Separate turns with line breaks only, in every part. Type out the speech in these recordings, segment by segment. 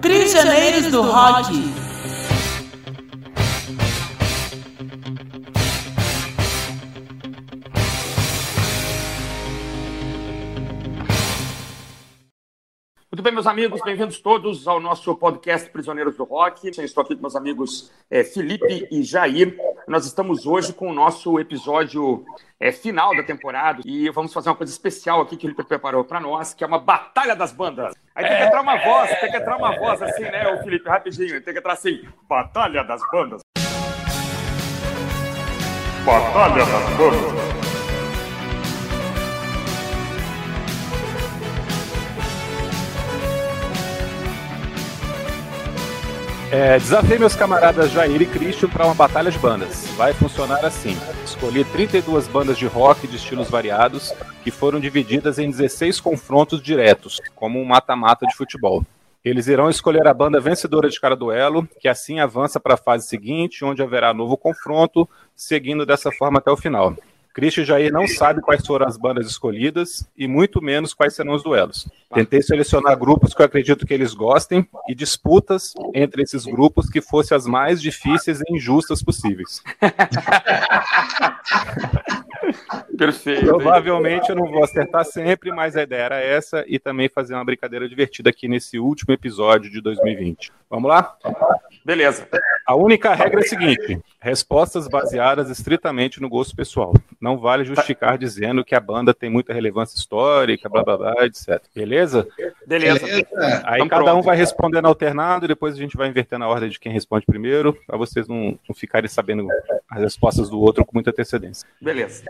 Prisioneiros do Rock.
Muito bem, meus amigos, bem-vindos todos ao nosso podcast Prisioneiros do Rock. Eu estou aqui com meus amigos é, Felipe e Jair. Nós estamos hoje com o nosso episódio é, final da temporada e vamos fazer uma coisa especial aqui que o Felipe preparou para nós, que é uma Batalha das Bandas. Aí tem que entrar uma voz, tem que entrar uma voz assim, né, o Felipe, rapidinho. Tem que entrar assim, Batalha das Bandas. Batalha das Bandas.
É, desafiei meus camaradas Jair e Christian para uma batalha de bandas. Vai funcionar assim: escolhi 32 bandas de rock de estilos variados que foram divididas em 16 confrontos diretos, como um mata-mata de futebol. Eles irão escolher a banda vencedora de cada duelo, que assim avança para a fase seguinte, onde haverá novo confronto, seguindo dessa forma até o final. Christian Jair não sabe quais foram as bandas escolhidas e muito menos quais serão os duelos. Tentei selecionar grupos que eu acredito que eles gostem e disputas entre esses grupos que fossem as mais difíceis e injustas possíveis.
Perfeito.
Provavelmente eu não vou acertar sempre, mas a ideia era essa e também fazer uma brincadeira divertida aqui nesse último episódio de 2020. Vamos lá?
Beleza.
A única regra é a seguinte: respostas baseadas estritamente no gosto pessoal. Não vale justificar dizendo que a banda tem muita relevância histórica, blá blá blá, etc. Beleza?
Beleza.
Aí
Então
cada um
pronto.
vai respondendo alternado, depois a gente vai invertendo a ordem de quem responde primeiro, para vocês não, não ficarem sabendo as respostas do outro com muita antecedência.
Beleza.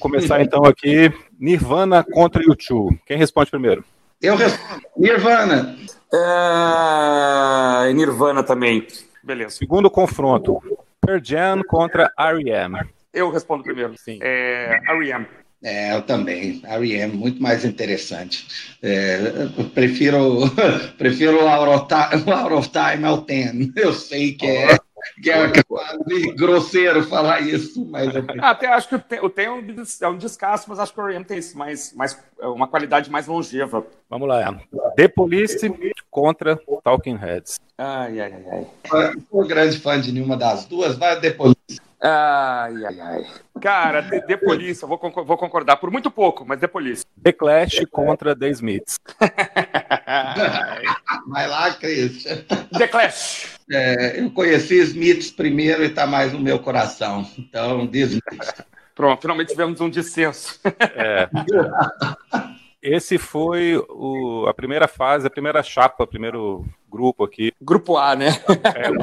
começar então aqui. Nirvana contra YouTube. Quem responde primeiro?
Eu respondo. Nirvana.
É, Nirvana também. Beleza.
Segundo confronto. Pearl Jam contra R.E.M.
Eu respondo primeiro.
Sim.
É, R.E.M.
É, eu também. R.E.M. muito mais interessante. É, eu prefiro prefiro o Out of Ti- o Out of Time ao Ten. Eu sei que é, que é quase grosseiro falar isso, mas eu prefiro.
Ah, Até acho que o Tem- o Tem é um des- é um descasso, mas acho que o R.E.M. tem esse mais, mais, é uma qualidade mais longeva.
Vamos lá. The Police contra Talking Heads.
Ai, ai, ai, ai.
Eu não sou grande fã de nenhuma das duas, vai depois.
Ai, ai, ai. Cara, The, The Police, eu vou, concor- vou concordar por muito pouco, mas The Police.
The Clash contra The Smiths.
Vai lá, Cris.
The Clash.
É, eu conheci Smiths primeiro e está mais no meu coração. Então, diz Smiths.
Pronto, finalmente tivemos um dissenso.
É. Esse foi o- a primeira fase, a primeira chapa, o primeiro grupo aqui.
Grupo A, né?
É, o grupo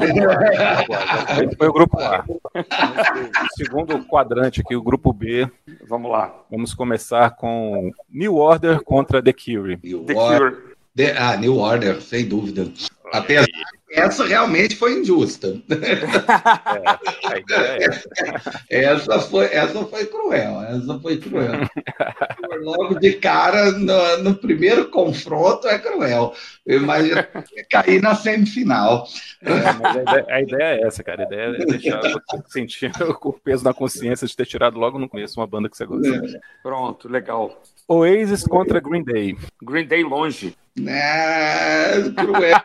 A. Esse foi o grupo A. O segundo quadrante aqui, o grupo B.
Vamos lá.
Vamos começar com New Order contra The Cure.
New
The
Order.
Cure.
De- Ah, New Order, sem dúvida. Apesar que essa realmente foi injusta.
A ideia é-
Essa foi, essa foi cruel, essa foi cruel. Logo de cara, no, no primeiro confronto, é cruel. Eu imagino que cair na semifinal.
é, mas a, ideia, a ideia é essa, cara. A ideia é deixar você sentir o peso na consciência de ter tirado logo no começo uma banda que você gosta.
Pronto, legal.
Oasis contra Green Day.
Green Day longe.
É, cruel.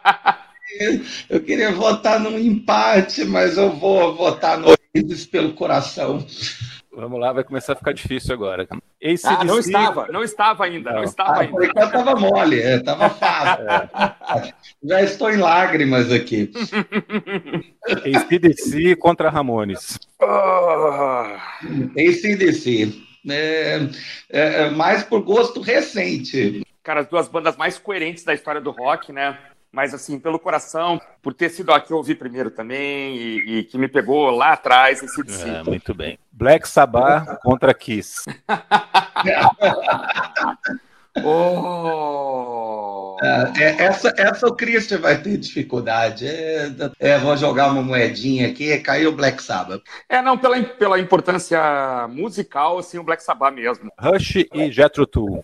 Eu queria votar num empate, mas eu vou votar no Oasis pelo coração.
Vamos lá, vai começar a ficar difícil agora. AC/DC
Ah, não estava, não estava ainda, não
Não.
estava
Ah,
ainda.
por enquanto estava mole, estava fácil. Já estou em lágrimas aqui.
ACDC contra Ramones.
Ah,
ACDC. É, é, é, mais por gosto recente.
Cara, as duas bandas mais coerentes da história do rock, né? Mas assim, pelo coração, por ter sido a que eu ouvi primeiro também e, e que me pegou lá atrás, esse de si.
É, muito bem. Black Sabbath contra Kiss.
Oh!
É, essa, essa o Christian vai ter dificuldade. É, é, vou jogar uma moedinha aqui, caiu o Black Sabbath.
É, não, pela, pela importância musical, assim, o Black Sabbath mesmo.
Rush e Jethro Tull.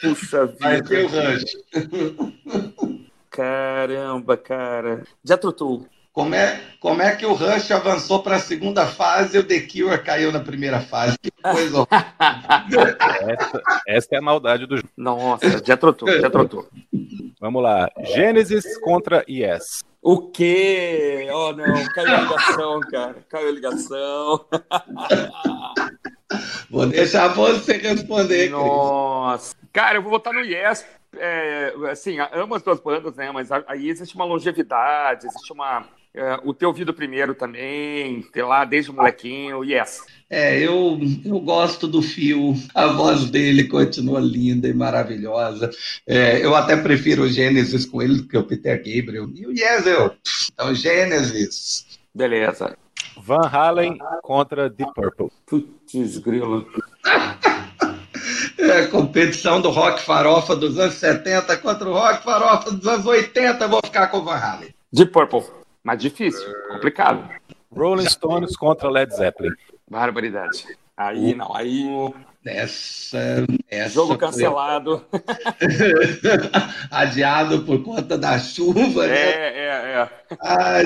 Puxa
Vai ter o
vida.
Rush.
Caramba, cara. Já Tull.
Como é, como é que o Rush avançou para a segunda fase e o The Cure caiu na primeira fase? Que coisa
Essa, essa é a maldade do jogo.
Nossa, já trotou, já trotou.
Vamos lá. Gênesis contra Yes.
O quê? Oh, não, caiu a ligação, cara. Caiu a ligação.
Vou deixar você responder, Cris.
Nossa. Cara, eu vou votar no Yes. É, assim, amo as duas bandas, né? Mas aí existe uma longevidade, existe uma. é, o teu ouvido primeiro também, sei lá, desde o molequinho, yes.
É, eu, eu gosto do fio, a voz dele continua linda e maravilhosa. É, eu até prefiro o Gênesis com ele do que o Peter Gabriel. E o Yes, eu. Então, Gênesis.
Beleza.
Van Halen contra Deep Purple.
Putz, grilo.
É, competição do rock farofa dos anos 70 contra o rock farofa dos anos 80. Eu vou ficar com o Van Halen.
Deep Purple. Mas difícil, complicado.
Rolling Stones contra Led Zeppelin.
Barbaridade. Aí não, aí
Essa, essa
jogo
foi
cancelado.
Adiado por conta da chuva, né?
É, é, é.
Ai,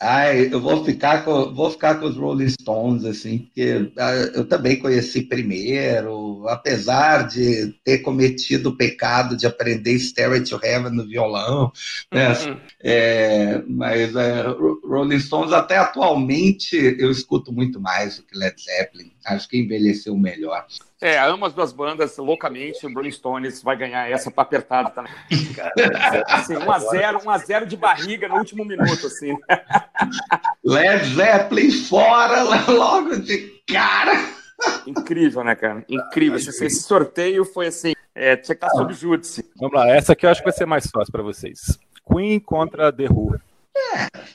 ai, eu vou ficar com, vou ficar com os Rolling Stones, assim, porque ah, eu também conheci primeiro, apesar de ter cometido o pecado de aprender Stairway to Heaven no violão, né? É, mas é, Ro- Rolling Stones até atualmente eu escuto muito mais do que Led Zeppelin. Acho que envelheceu melhor.
É, amo as duas bandas loucamente. O Rolling Stones vai ganhar essa pra apertada também. Assim, 1x0, 1x0 de barriga no último minuto, assim.
Led Zeppelin fora logo de cara.
Incrível, né, cara? Incrível. Esse, esse sorteio foi assim, é, tinha que estar sob júdice.
Vamos lá, essa aqui eu acho que vai ser mais fácil para vocês. Queen contra The Who.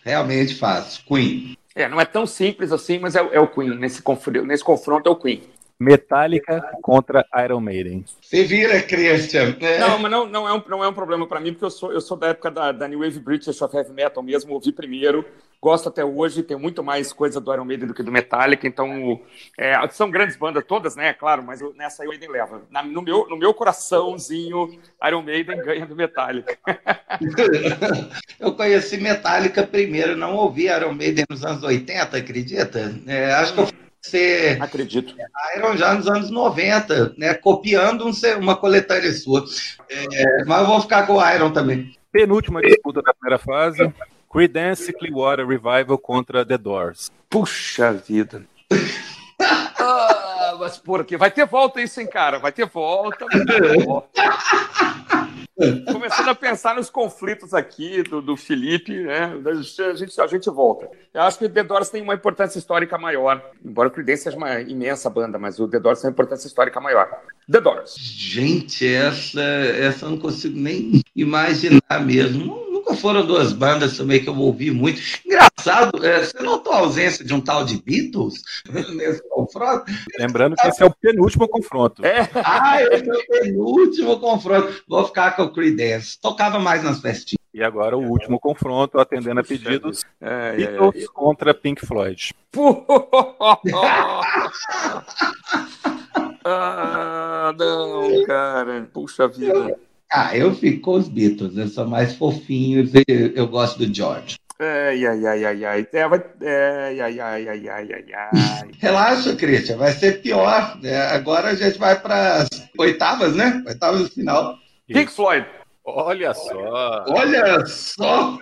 Realmente fácil. Queen.
É, não é tão simples assim, mas é, o- é o Queen. Nesse, confr- nesse confronto é o Queen.
Metallica contra Iron Maiden.
Se vira, Christian. né?
Não, mas não, não, é, um, não é um problema pra mim, porque eu sou, eu sou da época da, da New Wave British of Heavy Metal mesmo, ouvi primeiro, gosto até hoje, tem muito mais coisa do Iron Maiden do que do Metallica, então é, são grandes bandas todas, né, claro, mas eu- nessa eu ainda leva. Na- no, meu, no meu coraçãozinho, Iron Maiden ganha do Metallica.
Eu conheci Metallica primeiro, não ouvi Iron Maiden nos anos 80, acredita? É, acho que eu comecei
Acredito.
Iron já nos anos 90, né? Copiando um se- uma coletânea sua. É, mas eu vou ficar com o Iron também.
Penúltima disputa da primeira fase. Creedence Clearwater Revival contra The Doors.
Puxa vida. Ah, mas por quê? Vai ter volta isso, hein, cara? Vai ter volta. Vai ter volta. Começando a pensar nos conflitos aqui do, do Felipe, né? A gente, a gente volta. Eu acho que o The Doors tem uma importância histórica maior. Embora o Creedence seja uma imensa banda, mas o The Doors tem uma importância histórica maior. The Doors.
Gente, essa, essa eu não consigo nem imaginar mesmo. Nu- Nunca foram duas bandas também que eu ouvi muito. Engraçado, é, você notou a ausência de um tal de Beatles nesse confronto?
Lembrando que esse é o penúltimo confronto.
É,
Ah, eu meu penúltimo confronto. Vou ficar com o Creedence. Tocava mais nas festinhas.
E agora o último confronto, atendendo a pedidos.
é, é, é.
Beatles contra Pink Floyd.
Ah, não, cara. Puxa vida.
Ah, eu fico com os Beatles. Eu sou mais fofinho. e Eu gosto do George.
Ai, ai, ai, ai, ai. É, vai... ai, ai, ai, ai, ai, ai, ai.
Relaxa, Christian. Vai ser pior. É, agora a gente vai para as oitavas, né? Oitavas de final.
Pink Floyd.
Olha só.
Olha só.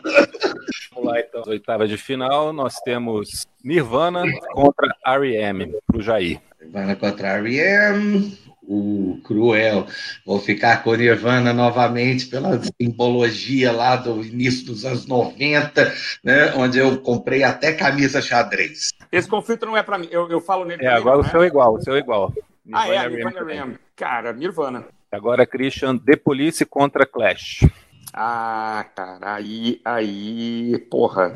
Vamos lá então. As oitavas de final, nós temos Nirvana contra R.E.M. pro Jair.
Nirvana contra R.E.M. O cruel. Vou ficar com o Nirvana novamente pela simbologia lá do início dos anos 90, né? Onde eu comprei até camisa xadrez.
Esse conflito não é pra mim. Eu, eu falo nele.
É,
também,
agora o
não é?
seu é igual, o seu é igual.
Ah, é,
R.E.M.
Nirvana
também.
Ram. Cara, Nirvana.
Agora Christian, The Police contra Clash.
Ah, cara, aí, aí, porra.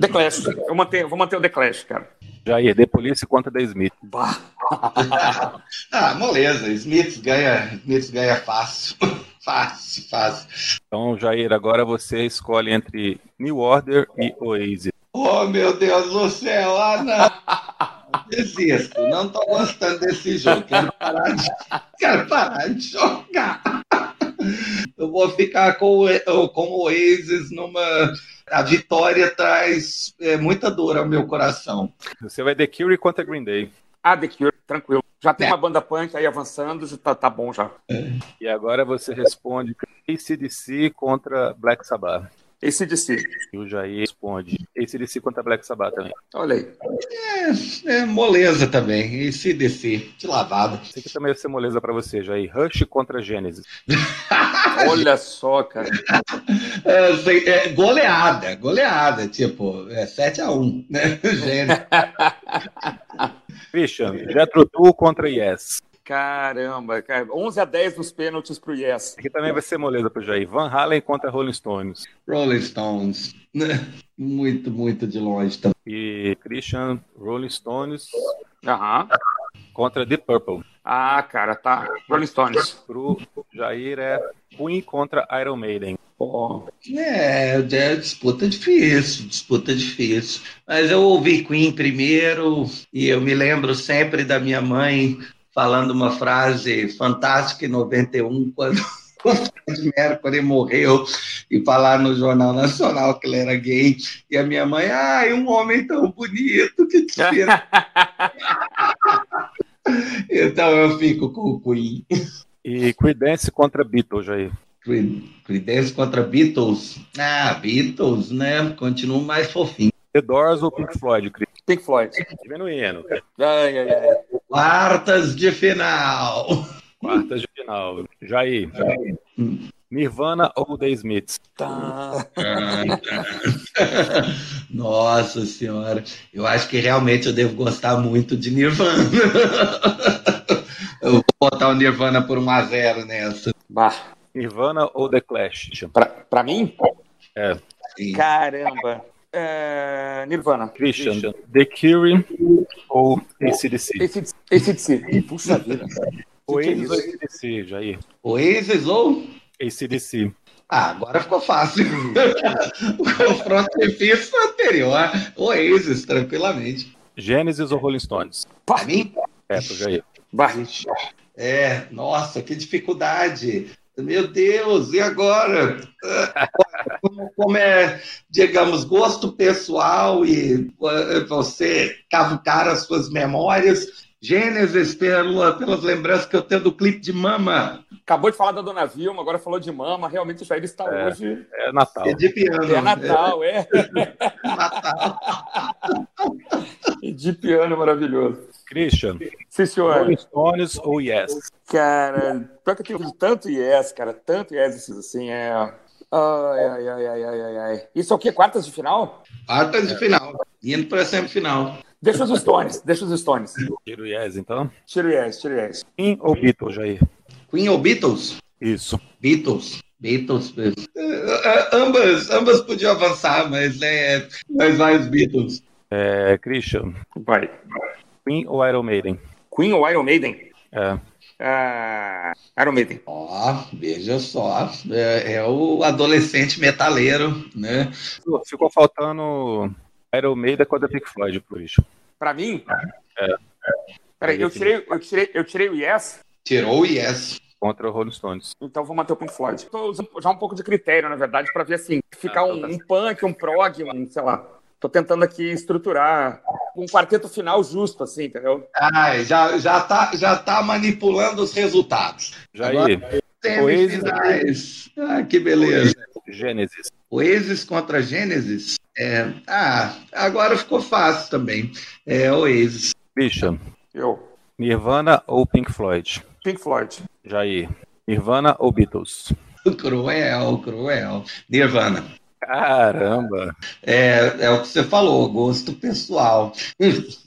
The Clash. Eu mantenho, vou manter o The Clash, cara.
Jair, The Police contra The Smith.
Bah.
Ah, moleza. Smith ganha, Smith ganha fácil. fácil, fácil.
Então, Jair, agora você escolhe entre New Order e Oasis.
Oh, meu Deus do céu. Ah, não. Desisto. Não tô gostando desse jogo. Quero parar de, quero parar de jogar. Eu vou ficar com, o- com o oh, Oasis numa a vitória traz é, muita dor ao meu coração.
Você vai The Cure contra Green Day.
Ah, The Cure, tranquilo. Já tem é. uma banda punk aí avançando, já tá, tá bom já.
E agora você responde ACDC contra Black Sabbath.
ACDC.
E o Jair responde ACDC contra Black Sabbath também.
Olha aí.
É, é moleza também, ACDC, de lavada.
Isso aqui também vai ser moleza pra você, Jair. Rush contra Gênesis.
Olha só, cara.
É, goleada, goleada, tipo, é 7x1, né? Gênesis.
Christian, Jetro Tool contra Yes.
Caramba, cara. 11 a 10 nos pênaltis pro Yes.
Aqui também vai ser moleza pro Jair. Van Halen contra Rolling Stones.
Rolling Stones. né? Muito, muito de longe também.
E Christian, Rolling Stones
Aham.
contra The Purple.
Ah, cara, tá. Rolling Stones.
Pro Jair é Queen contra Iron Maiden.
Pô. É, é, disputa difícil, disputa difícil. Mas eu ouvi Queen primeiro e eu me lembro sempre da minha mãe falando uma frase fantástica em 91, quando o Fred Mercury morreu, e falar no Jornal Nacional que ele era gay, e a minha mãe, ai, um homem tão bonito, que desespero. então eu fico com o Queen.
E Creedence contra Beatles aí.
Creedence contra Beatles? Ah, Beatles, né? Continuo mais fofinho.
The Doors ou Pink Floyd, Cris?
Pink Floyd.
Diminuindo. É
Ai, ai, ai.
Quartas de final.
Quartas de final. Jair. Jair. Nirvana ou The Smiths?
Tá.
Nossa senhora. Eu acho que realmente eu devo gostar muito de Nirvana. Eu vou botar o Nirvana por 1x0 nessa.
Bah.
Nirvana ou The Clash?
Pra, pra mim?
É.
Sim.
Caramba. É, Nirvana.
Christian, The Cure ou ACDC?
Esse, esse de si. Puxa vida.
Oasis ou ACDC, Jair?
Oasis ou?
ACDC.
Ah, agora ficou fácil. o confronto difícil foi anterior. Oasis, tranquilamente.
Genesis ou Rolling Stones?
Pra mim?
É, pro Jair.
Bah.
É, nossa, que dificuldade. Meu Deus, e agora? Como, como, é, digamos, gosto pessoal e eh, você cavucar as suas memórias. Gênesis, pela, pelas lembranças que eu tenho do clipe de Mama.
Acabou de falar da Dona Vilma, agora falou de Mama. Realmente o Jair está
É.
hoje.
É Natal.
É de piano.
É Natal, é.
É Natal.
E de piano maravilhoso.
Christian,
Sim, senhor.
Rolling Stones ou Yes?
Cara, pior que eu tenho ouvido tanto yes, cara. Tanto yes, esses assim, é. Ai, ai, ai, ai, ai, ai, ai. Isso é o quê? Quartas de final?
Quartas de final. Indo para a semifinal.
Deixa os Stones, deixa os Stones.
Tiro Yes, então.
Tira o yes, tira o yes.
Queen ou Beatles, Jair?
Queen ou Beatles?
Isso.
Beatles. Beatles. Beatles. Eh, eh, ambas, ambas podiam avançar, mas, né, mas vai os Beatles.
É, Christian,
Vai.
Queen ou Iron Maiden?
Queen ou Iron Maiden?
É.
Ah, Iron Maiden.
Ó, veja só, é, é o adolescente metaleiro, né?
Pô, Ficou faltando Iron Maiden contra Pink Floyd pro Christian.
Pra mim? Peraí, eu tirei, eu, tirei, eu tirei o yes,
Tirou o Yes.
Contra o Rolling Stones.
então vou manter o Pink Floyd. Tô usando já um pouco de critério, na verdade, pra ver assim, ficar um, um punk, um prog, um, sei lá. Tô tentando aqui estruturar um quarteto final justo, assim, entendeu?
Ai, já, já, tá, já tá manipulando os resultados.
Jair,
Semifinais. Ah, que beleza.
Gênesis.
Oasis contra Gênesis. É, ah, agora ficou fácil também. É, Oasis.
Christian,
Eu.
Nirvana ou Pink Floyd?
Pink Floyd.
Jair, Nirvana ou Beatles?
Cruel, cruel. Nirvana.
Caramba!
É, é o que você falou, gosto pessoal.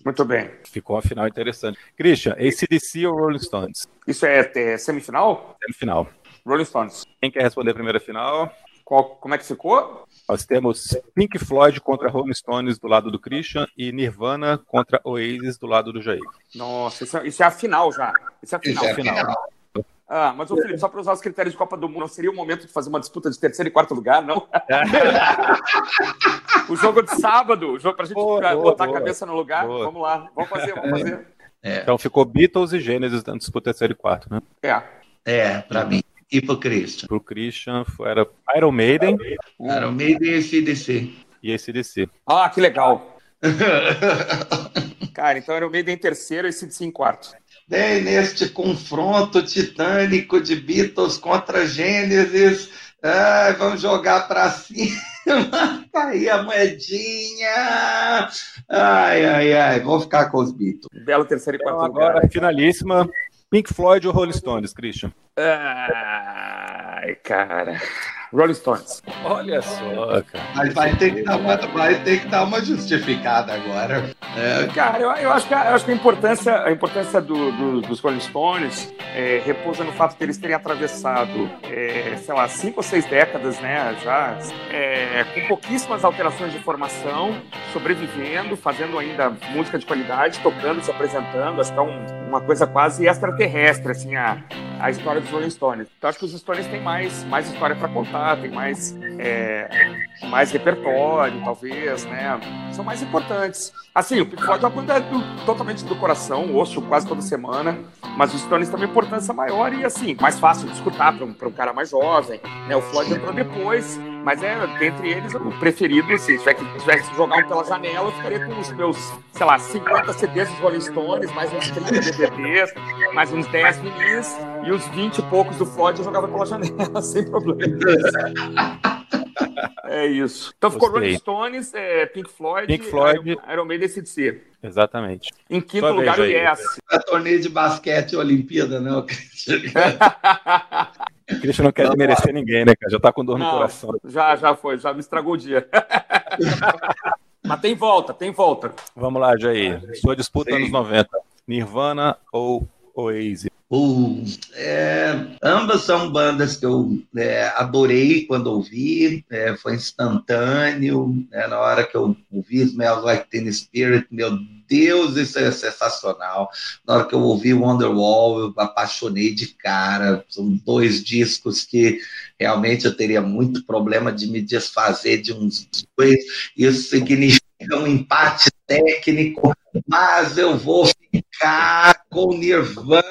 Muito bem.
Ficou uma final interessante. Christian, ACDC ou Rolling Stones?
Isso é, é semifinal?
Semifinal.
Rolling Stones.
Quem quer responder a primeira final?
Qual, como é que ficou?
Nós temos Pink Floyd contra Rolling Stones do lado do Christian e Nirvana contra Oasis do lado do Jair.
Nossa, isso é, isso é a final já. Isso é a final.
Isso é a
final.
final.
Ah, mas ô Felipe, só para usar os critérios de Copa do Mundo, não seria o momento de fazer uma disputa de terceiro e quarto lugar, não? o jogo de sábado, o jogo pra gente
Boa,
pra
boa,
botar
boa.
a cabeça no lugar.
Boa.
Vamos lá, vamos fazer, vamos fazer.
É,
Então ficou Beatles e Gênesis na disputa terceiro e quarto, né?
É.
é para mim. E pro Christian?
Pro Christian era Iron Maiden
Iron Maiden e CDC.
e ACDC.
Ah, que legal. Cara, então era o meio em terceiro e esse em quarto.
Bem, neste confronto titânico de Beatles contra Gênesis, ah, vamos jogar para cima. Tá aí a moedinha. Ai, ai, ai, vou ficar com os Beatles.
Belo terceiro e quarto
Então,
lugar.
agora, finalíssima, Pink Floyd ou Rolling Stones, Christian?
Ai, cara. Rolling Stones.
Olha só, cara.
Mas vai ter que dar uma, vai ter que dar uma justificada agora. É,
Cara, eu, eu acho que, a- eu acho que a importância, a importância do- do- dos Rolling Stones é, repousa no fato de eles terem atravessado, é, sei lá, cinco ou seis décadas, né, já, é, com pouquíssimas alterações de formação, sobrevivendo, fazendo ainda música de qualidade, tocando, se apresentando, acho que é um- uma coisa quase extraterrestre, assim, a, a história dos Rolling Stones. Então acho que os Stones têm mais, mais história para contar, tem mais, é, mais repertório, talvez, né, são mais importantes. Assim, o Pink Floyd é uma banda do- totalmente do coração, ouço quase toda semana, mas os Stones têm uma importância maior e, assim, mais fácil de escutar para um, pra um cara mais jovem. Né? O Floyd entrou depois, mas é, dentre eles, o preferido, assim, se tiver que, tivesse que jogar um pela janela, eu ficaria com os meus, sei lá, 50 CDs dos Rolling Stones, mais uns 30 DVDs, mais uns 10 vinis, e os 20 e poucos do Floyd eu jogava pela janela, sem problema. É isso. Então ficou
Gostei.
Rolling Stones, é, Pink Floyd,
Pink Floyd.
Iron, Iron Maiden e AC/DC.
Exatamente.
Em quinto
Sua
lugar, o
vez, Jair.
Yes.
a torneio de basquete e Olimpíada, né, não,
Christian não quer desmerecer ninguém, né, cara? Já tá com dor no
Não.
coração.
já, já foi, já me estragou o dia. Mas tem volta, tem volta.
Vamos lá, Jair. Sua disputa
Sim.
anos 90. Nirvana ou Oasis?
Uh, é, ambas são bandas que eu é, adorei quando ouvi, é, foi instantâneo, né, na hora que eu ouvi Smells Like Teen Spirit, meu Deus, isso é sensacional. Na hora que eu ouvi Wonderwall, eu apaixonei de cara, são dois discos que realmente eu teria muito problema de me desfazer de uns dois, isso significa um empate técnico, mas eu vou ficar com Nirvana.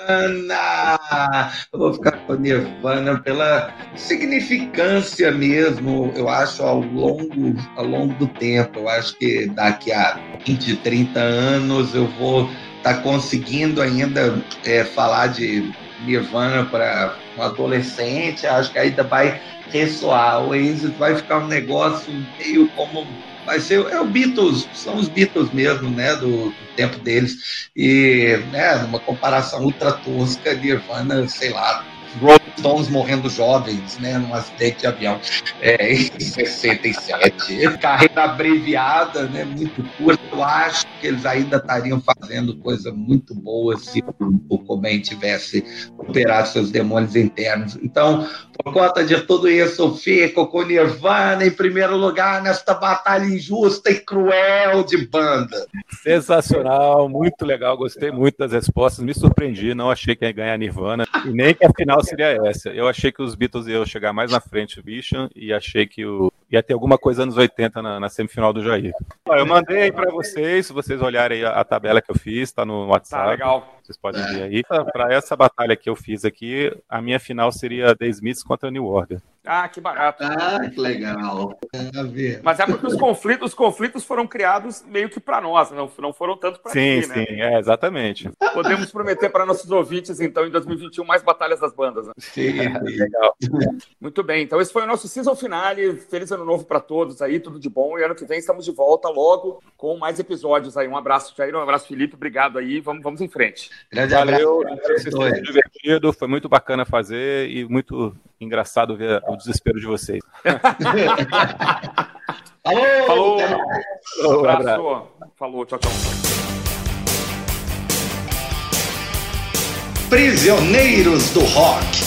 Eu vou ficar com Nirvana pela significância mesmo, eu acho, ao longo, ao longo do tempo. Eu acho que daqui a 20, 30 anos eu vou estar conseguindo ainda é, falar de Nirvana para um adolescente. Eu acho que ainda vai ressoar. O Oasis vai ficar um negócio meio como. Vai ser, é o Beatles, são os Beatles mesmo, né? Do, do tempo deles. E, né, numa comparação ultra tosca, Nirvana, sei lá, Rolling Stones morrendo jovens, né, num acidente de avião é, em 67. Carreira abreviada, né, muito curta. Eu acho que eles ainda estariam fazendo coisa muito boa se o Cobain tivesse superado seus demônios internos. Então, por conta de tudo isso, eu fico com Nirvana em primeiro lugar nesta batalha injusta e cruel de banda.
Sensacional, muito legal. Gostei muito das respostas. Me surpreendi, não achei que ia ganhar Nirvana. E nem que a final seria essa. Eu achei que os Beatles iam chegar mais na frente do Christian e achei que o. Ia ter alguma coisa anos 80 na, na semifinal do Jair. Ó, eu mandei para vocês, se vocês olharem aí a, a tabela que eu fiz, tá no
Tá,
WhatsApp.
legal.
Vocês podem ver aí. Para essa batalha que eu fiz aqui, a minha final seria The Smiths contra New Order.
Ah, que barato.
Ah, que legal. Tá vendo?
Mas é porque os conflitos, os conflitos foram criados meio que para nós, não, não foram tanto para
Sim,
ti, né?
sim, é, exatamente.
Podemos prometer para nossos ouvintes, então, em 2021, mais batalhas das bandas. né?
Sim,
Muito bem, então esse foi o nosso season finale. Feliz ano novo para todos aí, tudo de bom. E ano que vem estamos de volta logo com mais episódios aí. Um abraço, Jair, um abraço, Felipe. Obrigado aí. Vamos, vamos em frente.
Grande abraço.
Valeu, espero que vocês tenham se divertido, foi muito bacana fazer e muito engraçado ver o desespero de vocês.
Alô!
Falou!
até mais.
Um abraço.
abraço. Falou, tchau, tchau.
Prisioneiros do Rock.